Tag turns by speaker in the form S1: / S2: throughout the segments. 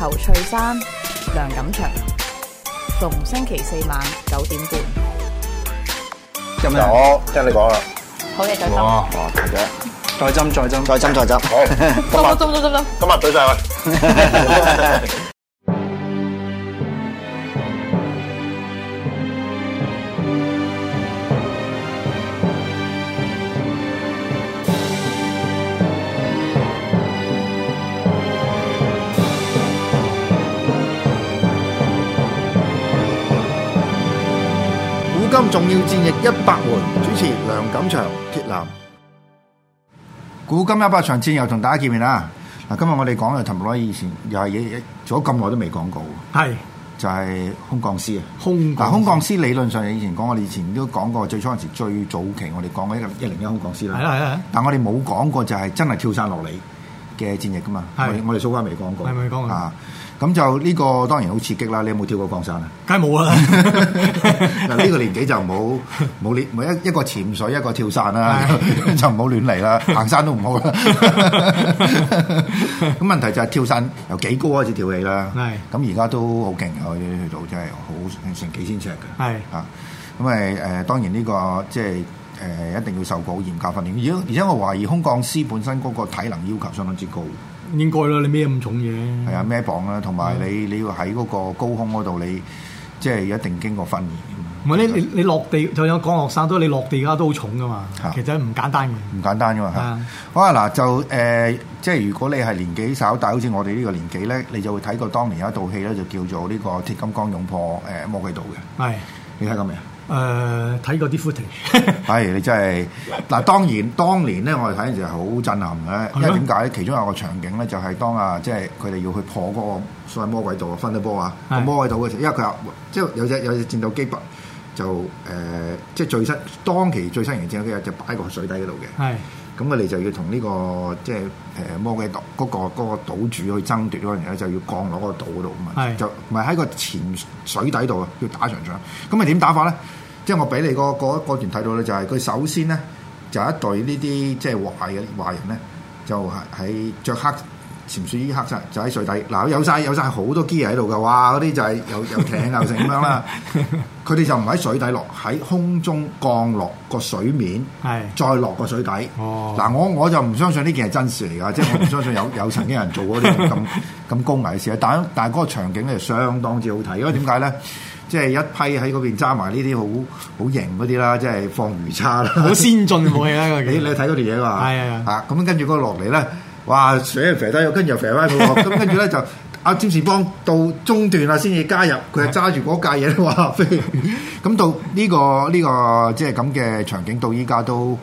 S1: 侯翠珊、梁錦祥，逢星期四晚九點半。
S2: 有
S3: 嗯
S2: 咩？
S4: 我聽你講啦，
S5: 好嘢，再斟。
S2: 哇！
S4: 哦，大姐，
S2: 再針再針
S4: 再斟再斟，好，今
S5: 斟
S4: 日
S5: 斟斟斟斟。
S4: 今日對晒佢。
S3: 古今重要戰役一百回，主持梁錦祥、鐵男。古今一百場戰又同大家見面啦。嗱，今日我哋講嘅題目咧，以前又係嘢做咗咁耐都未講過，
S2: 係
S3: 就係、空降師啊。
S2: 空
S3: 嗱，
S2: 降
S3: 空降師理論上以前講，我哋以前都講過，最初嗰陣時最早期我哋講過一個一零一空降師啦。
S2: 係啦係啦係啦
S3: 但我哋冇講過就係真係跳傘落嚟嘅戰役噶嘛。
S2: 係
S3: 我哋我哋蘇花未講過。
S2: 係未講過
S3: 啊。咁就呢個當然好刺激啦！你有冇跳過降傘啊？
S2: 梗係冇 啦。
S3: 嗱呢個年紀就冇冇練冇一一個潛水一個跳傘啦，就唔好亂嚟啦，行山都唔 好啦。咁問題就係跳傘由幾高開始跳起啦，
S2: 係
S3: 咁而家都好勁啊！佢哋去到真係好成幾千尺嘅，
S2: 係
S3: 啊咁咪誒當然呢、個即係。誒、一定要受過好嚴格訓練，而而且我懷疑空降師本身嗰個體能要求相當之高。
S2: 應該啦，你孭咁重嘢。
S3: 係啊，孭磅啦，同埋你你要喺嗰個高空嗰度，你即係一定經過訓練㗎嘛
S2: 唔係你你你落地，就有講學生都你落地而家都好重噶嘛
S3: 嚇，
S2: 其實唔簡單嘅。
S3: 唔簡單噶嘛
S2: 係啊
S3: 好啊嗱，就誒、呃即係如果你係年紀稍大，好似我哋呢個年紀咧，你就會睇過當年有一套戲咧，就叫做呢個《鐵金剛勇破誒魔鬼島》嘅。
S2: 係
S3: 你睇過未啊？
S2: 誒睇過啲 footage，
S3: 係你真係嗱，當然當年咧，我哋睇嘅時候好震撼嘅，
S2: 係
S3: 因
S2: 咩
S3: 為點解咧？其中有個場景咧，就係當啊，即係佢哋要去破嗰個所謂魔鬼島啊，芬德波啊，
S2: 係
S3: 魔鬼島嘅時候，因為佢有即係有隻有隻戰鬥機就誒、呃即係最新當期最新型戰鬥機啊就擺喺個水底嗰度嘅。
S2: 係
S3: 咁我哋就要同呢、個即係誒魔鬼島嗰、個嗰、個島主去爭奪嗰陣時咧，就要降落嗰個島嗰度咁啊，
S2: 係
S3: 就唔係喺個潛水底度啊，要打場仗。咁啊點打法咧？即係我俾你嗰嗰嗰段睇到咧，就係、佢首先咧就有一隊呢啲即係壞嘅壞人咧，就係喺着黑。潛水衣黑晒就喺水底，嗱有晒有晒好多 gear 喺度㗎，哇！嗰啲就係有有艇啊，有成咁樣 啦。佢哋就唔喺水底落，喺空中降落個水面，
S2: 係
S3: 再落個水底。
S2: 哦
S3: 嗱、我我就唔相信呢件係真事嚟㗎，即係我唔相信有 有曾經有人做過呢種咁 咁高危嘅事。但但係嗰個場景咧相當之好睇，因為點解咧？即係一批喺嗰邊揸埋呢啲好好型嗰啲啦，即係放魚叉啦，
S2: 好先進嘅武器啦，嗰個
S3: 哎你你睇嗰條嘢嘛？
S2: 係係係
S3: 啊！咁跟住嗰個落嚟咧，哇！水肥低咗，跟住又肥翻佢 喎。咁跟住咧就阿詹士邦到中段啦，先至加入，
S2: 啊
S3: 佢係揸住嗰架嘢咧，哇！飛咁到呢、個呢、個即係咁嘅場景，到依家都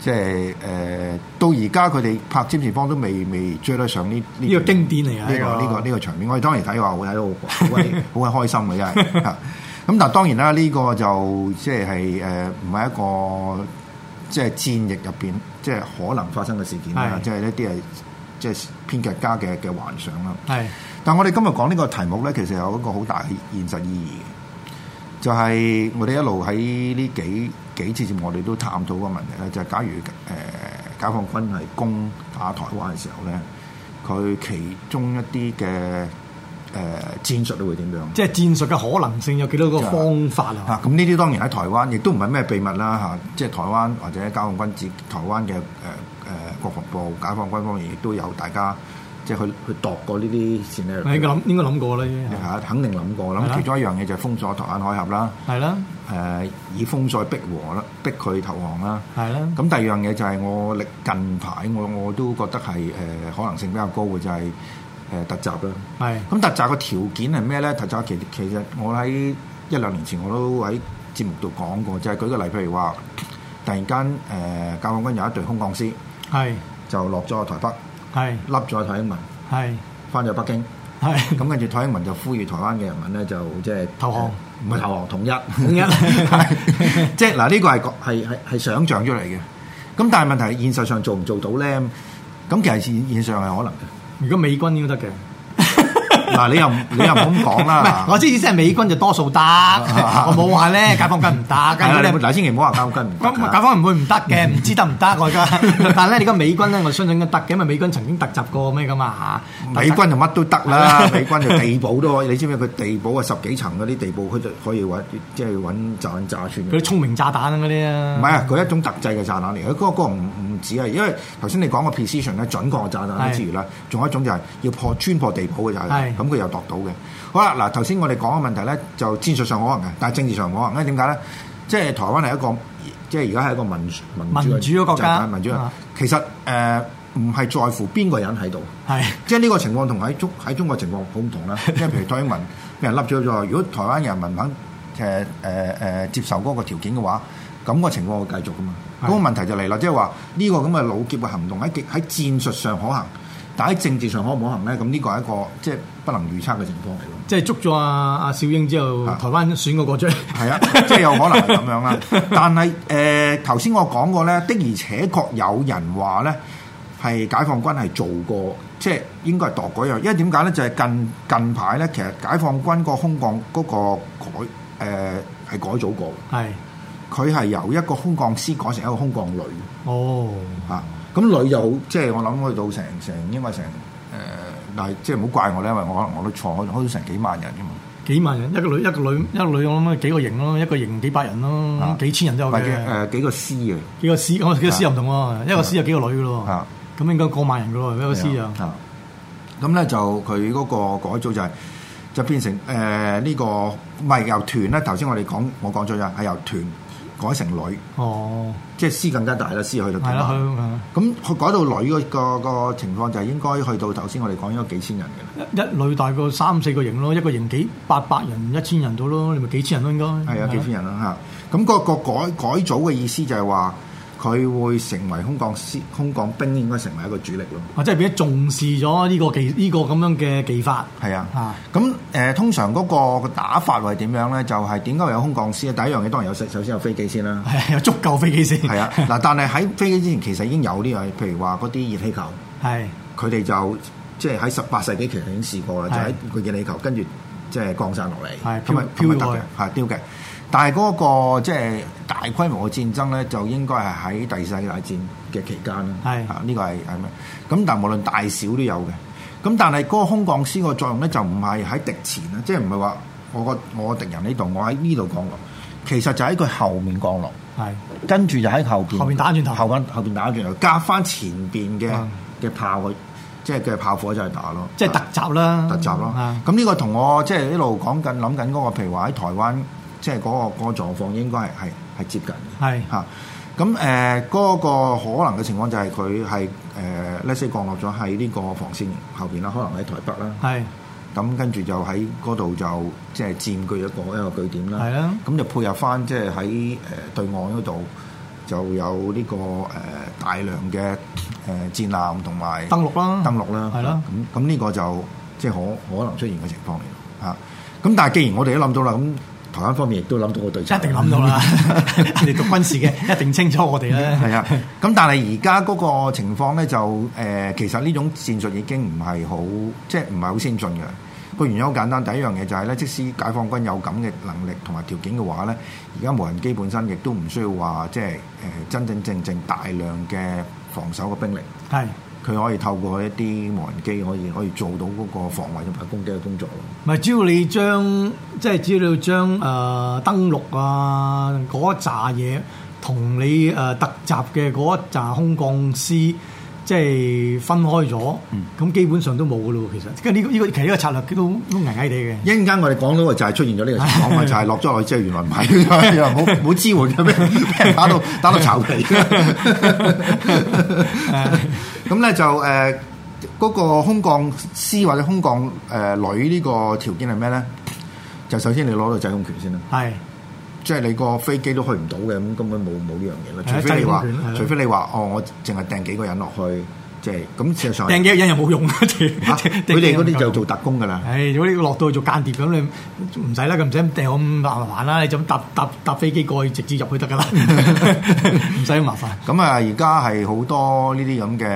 S3: 即係誒、呃到而家佢哋拍詹士邦都未未追得上呢呢
S2: 呢個經典嚟㗎
S3: 呢個
S2: 呢個
S3: 呢個呢個場面，我哋當然睇話會睇到好好鬼好鬼開心嘅真係。嚇咁但係當然啦，呢、個就即係誒唔係一個即係戰役入邊即係可能發生嘅事件啦，
S2: 係
S3: 即係一啲係即係編劇家嘅嘅幻想啦。
S2: 係
S3: 但我哋今日講呢個題目咧，其實有一個好大嘅現實意義嘅，就係、我哋一路喺呢幾幾次節目，我哋都探討個問題咧，就係、假如誒、呃解放軍係攻打台灣嘅時候咧，佢其中一啲嘅誒戰術咧會點樣？
S2: 即係戰術嘅可能性有幾多個方法
S3: 嚇
S2: 啊？
S3: 咁呢啲當然喺台灣亦都唔係咩秘密啦嚇、即係台灣或者解放軍自台灣嘅誒誒國防部解放軍方面亦都有大家即係去去度過呢啲 s c e
S2: 應該諗應該諗過啦，已經係
S3: 係肯定諗過，
S2: 係
S3: 諗
S2: 啦
S3: 其中一樣嘢就係封鎖台灣海峽啦，
S2: 係啦，
S3: 誒、以封鎖逼和啦，逼佢投降啦。
S2: 係啦，
S3: 咁第二樣嘢就係我歷近排我我都覺得係誒、可能性比較高嘅就係、誒、突襲啦。
S2: 係
S3: 咁特襲嘅條件係咩咧？特襲其其實我喺一兩年前我都喺節目度講過，就係、舉個例，譬如話突然間誒、解放軍有一隊空降師
S2: 係
S3: 就落咗去台北，
S2: 係
S3: 笠咗去蔡英文，
S2: 係
S3: 翻咗北京。
S2: 係
S3: 咁跟住蔡英文就呼籲台灣嘅人民咧，就即係
S2: 投降，
S3: 唔係投降，統一，
S2: 統一
S3: 係 即係嗱，呢個係個係係係想像出嚟嘅。咁但係問題係現實上做唔做到咧？咁其實現現實上係可能嘅。
S2: 如果美軍應該得嘅。
S3: 嗱，你又唔你又唔好咁講
S2: 唔係
S3: 啦。啊
S2: 我知意思係美軍就多數得，我冇話咧解放軍 唔得，
S3: 係啦，
S2: 跟
S3: 你
S2: 住
S3: 唔
S2: 咧。
S3: 嗱，千祈唔好話啊交跟唔得
S2: 咁
S3: 㗎
S2: 解放軍唔會唔得嘅，唔知得唔得我而家。 但係咧，你個美軍咧，我相信應該得嘅，因為美軍曾經突襲過咩噶嘛。
S3: 美軍就乜都得啦， 美軍就地堡都可以，你知唔知佢地堡啊十幾層嗰啲地堡，佢就可以揾即係揾炸彈炸穿嘅
S2: 嗰啲聰明炸彈嗰啲啊。
S3: 唔係啊，佢一種特製嘅炸彈嚟，佢嗰、個唔唔止係，因為頭先你講個 precision 咧，準確嘅炸彈
S2: 係
S3: 之餘啦，仲有一種就係要破穿破地堡嘅炸
S2: 係
S3: 彈，咁佢又度到嘅。好啦，嗱頭先我哋講嘅問題咧，就戰術上可能嘅，但係政治上唔可能，因為點解咧？即係台灣係一個，即係而家係一個民主
S2: 民主嘅國家
S3: 集體民主嘅
S2: 啊
S3: 其實誒唔係在乎邊個人喺度。
S2: 係
S3: 即係呢個情況同喺中喺中國情況好唔同啦。 即係譬如蔡英文俾人笠咗咗，如果台灣人民肯誒誒誒接受嗰個條件嘅話，咁、個情況會繼續噶嘛。
S2: 係
S3: 嗰個問題就嚟啦，即係話呢個咁嘅老劫嘅行動喺極喺戰術上可行，但喺政治上可唔可行咧？咁呢個係一個即係不能預測嘅情況嚟咯。
S2: 即係捉咗阿阿小英之後，
S3: 啊
S2: 台灣選嗰個出嚟。
S3: 係啊， 即係有可能係咁樣啦。但係誒頭先我講過咧，的而且確有人話咧係解放軍係做過，即係應該係度嗰樣。因為點解咧？就係、近近排咧，其實解放軍個空降嗰個改誒係、改組過
S2: 係
S3: 嘅，佢係由一個空降師改成一個空降旅
S2: 哦，
S3: 啊。咁旅就好，即係我諗去到成成應該成誒，呃但係即係唔好怪我咧，因為我可能我都錯，可能成幾萬人啊㗎嘛。
S2: 幾萬人一個女一個女一個女，我諗幾個營咯，一個營幾百人咯
S3: 啊，
S2: 嗯幾千人都有
S3: 或
S2: 嘅
S3: 者。誒幾個師啊嘅。
S2: 幾個師，我幾個師又唔同喎，一個師有幾個女嘅咯
S3: 啊，
S2: 咁應該過萬人嘅咯，一個師
S3: 係
S2: 就
S3: 啊。咁咧就佢嗰個改組就係、就變成誒呢、個唔係由團咧，頭先我哋講我講咗就係由團改成旅，
S2: 哦，
S3: 即係師更加大啦，師去到幾
S2: 係啦，
S3: 萬。
S2: 佢
S3: 咁佢改到旅嗰、個、個情況就係應該去到頭先我哋講咗幾千人嘅啦。
S2: 一女大概三四個營咯，一個營幾八百人、一千人到咯，你咪幾千人咯應該。
S3: 係啊，幾千人
S2: 人。
S3: 啦嚇。咁、個個改改組嘅意思就係話佢會成為空降師、空降兵應該成為一個主力咯。
S2: 啊，即係變咗重視咗呢個技呢個咁樣嘅技法。
S3: 係啊
S2: 啊，。
S3: 咁誒、呃通常嗰個打法係點樣咧？就係點解會有空降師咧？第一樣嘢當然有首先有飛機先啦
S2: 係有足夠飛機先。
S3: 係啊，嗱，但係喺飛機之前其實已經有呢樣，譬如話嗰啲熱氣球，
S2: 係
S3: 佢哋就即係喺十八世紀其實已經試過啦，就喺個熱氣球跟住即係降晒落
S2: 係
S3: 嚟，咁咪啊
S2: 飄
S3: 咁咪得
S2: 飄過
S3: 嘅
S2: 去，
S3: 係丟嘅。但係嗰、個即係大規模嘅戰爭咧，就應該係喺第二次世界大戰嘅期間啦。
S2: 係
S3: 啊，呢個係係咩？咁但係無論大小都有嘅。咁但係嗰個空降師個作用咧，就唔係喺敵前啦，即係唔係話我個我個敵人呢度，我喺呢度降落，其實就喺佢後面降落。
S2: 係
S3: 跟住就喺後邊
S2: 後邊打轉頭
S3: 後邊後邊打轉頭，夾翻前邊嘅
S2: 嗯
S3: 嘅炮去，即係嘅炮火就係打咯，啊
S2: 即係特襲啦。
S3: 突襲咯
S2: 啊。
S3: 咁呢個同我即係一路講緊諗緊嗰個，譬如話喺台灣，即係嗰個嗰個狀況應該係係係接近嘅
S2: 係
S3: 嚇。咁誒嗰個可能嘅情況就係佢係誒呢些降落咗喺呢個防線後邊啦，可能喺台北啦。
S2: 係
S3: 咁跟住就喺嗰度就即係佔據一個一個據點啦。
S2: 係啊啦
S3: 咁就配合翻即係喺誒對岸嗰度就有呢、個誒、大量嘅誒、戰艦同埋
S2: 登陸啦。
S3: 登陸啦。
S2: 係啦。
S3: 咁咁呢個就即係可可能出現嘅情況嚟咯嚇。咁但係既然我哋都諗到啦，咁台灣方面亦都諗到個對策，
S2: 一定諗到 啦， 你讀軍事嘅一定清楚我哋啦。
S3: 係啊，咁但係而家嗰個情況咧就誒、呃其實呢種戰術已經唔係好，即係唔係好先進嘅。個原因好簡單，第一樣嘢就係、咧，即使解放軍有咁嘅能力同埋條件嘅話咧，而家無人機本身亦都唔需要話即係誒、呃真真正正大量嘅防守嘅兵力，
S2: 係
S3: 佢可以透過一啲無人機可以可以做到嗰個防衞同埋攻擊嘅工作咯。
S2: 咪只要你將即係只要你將誒、呃登陸啊嗰一扎嘢同你誒、呃特襲嘅嗰一扎空降師即係分開咗，咁基本上都冇噶咯喎。其實，跟住呢個呢個其實呢個策略都都危危地嘅。
S3: 一陣間我哋講到就係出現咗呢個情況 嘛，就係落咗落去之後，原來唔係， 冇冇支援嘅咩？ 俾人打到打到 巢皮。咁咧就誒嗰、個空降師或者空降誒、女呢個條件係咩咧？就首先你攞到制空權先啦，
S2: 係
S3: 即係你個飛機都去唔到嘅，咁根本冇冇呢樣嘢啦。
S2: 係啊
S3: 除非你話
S2: 制空權係，啦
S3: 除非你話哦，我淨係掟幾個人落去，即係咁事實上
S2: 掟幾個人又冇用啊！
S3: 啊
S2: 佢
S3: 佢哋嗰啲就做特工㗎啦。
S2: 唉，如果你落到去做間諜咁，你唔使啦，佢唔使咁掉咁麻煩啦，你就咁搭搭搭飛機過去，直接入去得噶 啦，唔使咁麻煩。
S3: 咁啊，而家係好多呢啲咁嘅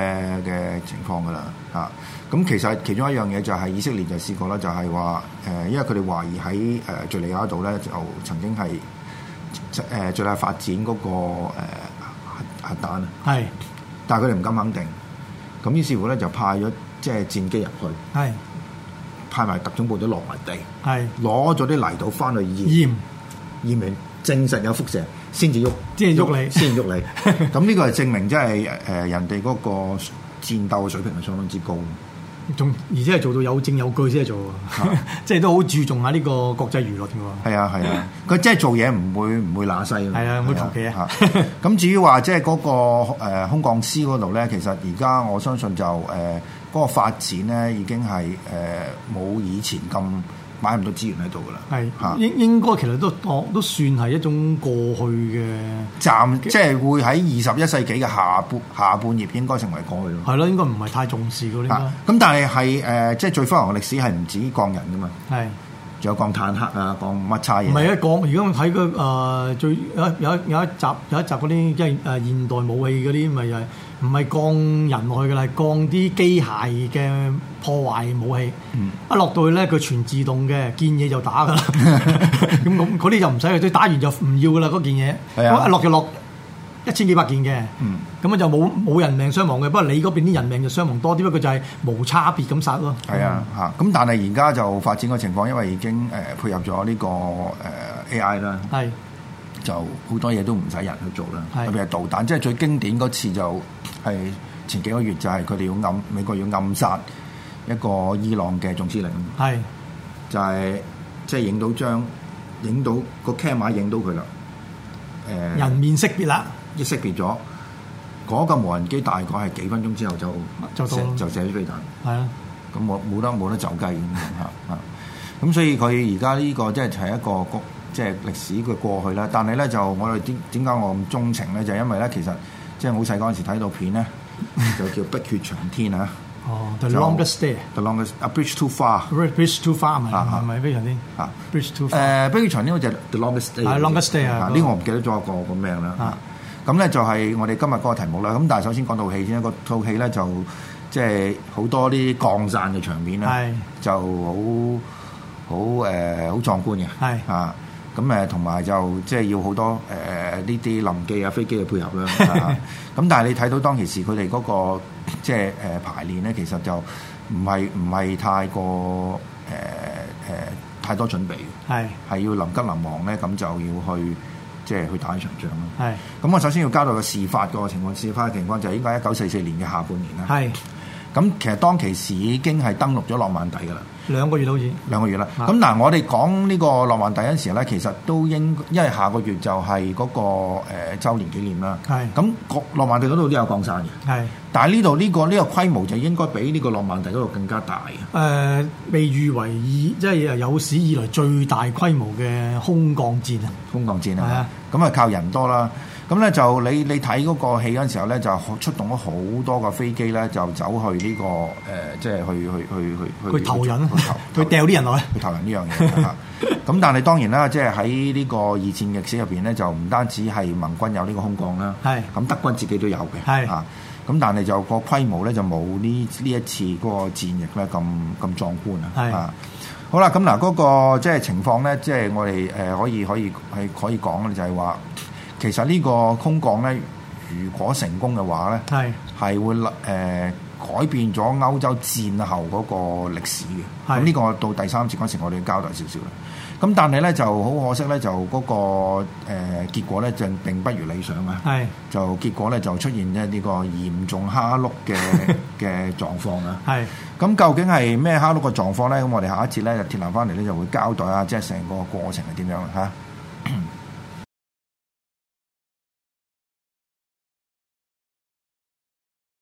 S3: 嘅情況噶啦，啊，咁其實其中一樣嘢就係以色列就試過啦，就係話誒，因為佢哋懷疑喺誒敍利亞度咧，就曾經係誒敍利亞發展嗰、個、呃、核核彈啊，
S2: 係
S3: 但係佢哋唔敢肯定，咁於是乎咧就派咗即係戰機入去，
S2: 係
S3: 派埋特種部隊落埋地，
S2: 係
S3: 攞咗啲泥土翻去驗
S2: 驗
S3: 驗完證實有輻射先至喐。
S2: 即係喐 你
S3: 先喐你。 咁呢個係證明即係誒人哋嗰個戰鬥嘅水平係相當之高。
S2: 仲而且係做到有證有據先係做喎， 即係都好注重下呢個國際輿論嘅
S3: 係啊係啊，佢真係做嘢唔會唔會乸西㗎
S2: 係啊唔會求其啊
S3: 係啊咁至於話即係嗰個誒空降師嗰度咧，其實而家我相信就誒嗰個發展咧已經係誒冇以前咁買唔到資源喺度㗎啦。
S2: 喎，
S3: 嚇
S2: 係應應該其實都我都算係一種過去嘅
S3: 暫即係會喺二十一世紀嘅下半下半葉應該成為過去咯。
S2: 係咯，應該唔係太重視嘅應
S3: 啊
S2: 該
S3: 咁但係係誒即係最輝煌嘅歷史係唔止降人㗎嘛。
S2: 係。
S3: 仲有講坦克啊，講乜叉嘢？
S2: 唔係一講，如果我睇個誒呃最有一有一有一集有一集嗰啲即係誒現代武器嗰啲，咪又係唔係降人落去嘅啦，係降啲機械嘅破壞武器。
S3: 嗯
S2: 一落到去咧，佢全自動嘅，見嘢就 打噶啦。咁咁嗰啲就唔使佢打完就唔要噶啦，嗰件嘢。
S3: 係啊
S2: 咁一落就落一千幾百件嘅。
S3: 嗯
S2: 咁啊就冇冇人命傷亡嘅，不過你嗰邊啲人命就傷亡多啲，不過佢就係無差別咁殺咯。
S3: 係啊，嚇！咁但係而家就發展個情況，因為已經誒、配合咗呢、個誒 AI 啦，
S2: 係
S3: 就好多嘢都唔使人去做啦。
S2: 係
S3: 特別係導彈，即係最經典嗰次就係前幾個月就係佢哋要暗美國要暗殺一個伊朗嘅總司令，
S2: 係
S3: 就係即係影到張影到個 camera 影到佢啦，呃誒、
S2: 人面識別啦。
S3: 一識別咗嗰架無人機，大概係幾分鐘之後就
S2: 就到
S3: 射
S2: 啦
S3: 就射咗飛彈。
S2: 係啊，
S3: 咁冇冇得冇得走雞咁樣嚇啊！咁所以佢而家呢個即係係一個國即係歷史嘅過去啦。但係咧就我哋點點解我咁鍾情咧？就因為咧其實即係我好細嗰陣時睇到片 咧，就叫《碧血長天》啊，
S2: 哦，the
S3: 就
S2: longest day。
S3: The Longest A Bridge Too Far
S2: Bridge too far 咪
S3: 啊啊
S2: 係咪非常啲
S3: 啊。
S2: Bridge too
S3: 誒
S2: far
S3: 《碧血長天》嗰隻《The Longest Day》
S2: 係 Longest Day 啊
S3: 呢個我唔記得咗個個名啦。
S2: 啊
S3: 啊咁咧就係我哋今日嗰個題目啦。咁但係首先講套戲先，個套戲咧就即係好多啲降散嘅場面啦。
S2: 係
S3: 就好好誒好壯觀嘅，
S2: 係
S3: 啊咁誒同埋就即係要好多誒呢啲臨機啊飛機嘅配 合啦，啊咁但係你睇到當其時佢哋嗰個即係誒呃排練咧，其實就唔係唔係太過誒誒、太多準備嘅，
S2: 係
S3: 係要臨急臨忙咧，咁就要去即係去打呢場仗啦。
S2: 係
S3: 咁我首先要交代個事發個情況，事發嘅情況就係應該一九四四年嘅下半年啦。
S2: 係
S3: 咁其實當其時已經係登陸咗諾曼底㗎啦。
S2: 兩個月好似
S3: 兩個月啦。
S2: 啊
S3: 咁嗱，我哋講呢個諾曼第一時咧，其實都應因為下個月就係嗰、個誒週年紀念啦。
S2: 係
S3: 咁國諾曼第嗰度都有降傘嘅，
S2: 係
S3: 但係呢度呢個呢、個規模就應該比呢個諾曼第嗰度更加大嘅。
S2: 誒被譽為以即係有史以來最大規模嘅空降戰啊！
S3: 空降戰
S2: 係啊
S3: 啊，咁啊靠人多啦。咁咧就你你睇嗰個戲嗰陣時候咧，就出動咗好多個飛機咧，就走去呢、個誒、即係去去去去去
S2: 佢投人啊
S3: 去投，
S2: 佢掉啲人落去。
S3: 去投人呢樣嘢嚇。咁但係當然啦，即係喺呢個二戰歷史入邊咧，就唔單止係盟軍有呢個空降啦，
S2: 係
S3: 咁德軍自己都有嘅，
S2: 係
S3: 啊。咁但係就個規模咧就冇呢呢一次嗰個戰役咧咁咁壯觀
S2: 係
S3: 啊！啊，好啦，咁嗱嗰個即係情況咧，即係我哋誒、呃可以可以係可以講咧，就係話其實呢個空降咧，如果成功嘅話咧，
S2: 係
S3: 係會誒、呃、改變咗歐洲戰後嗰個歷史嘅。
S2: 係
S3: 咁呢個到第三節嗰時，我哋要交代少少啦。咁但係咧就好可惜咧，就嗰、個誒、呃、結果咧就並不如理想啊。
S2: 係
S3: 就結果咧就出現咗呢個嚴重蝦碌 嘅嘅狀況啊。
S2: 係
S3: 咁究竟係咩蝦碌嘅啊狀況咧？咁我哋下一節咧就鐵男翻嚟咧就會交代啊，即係成個過程係點樣啦嚇。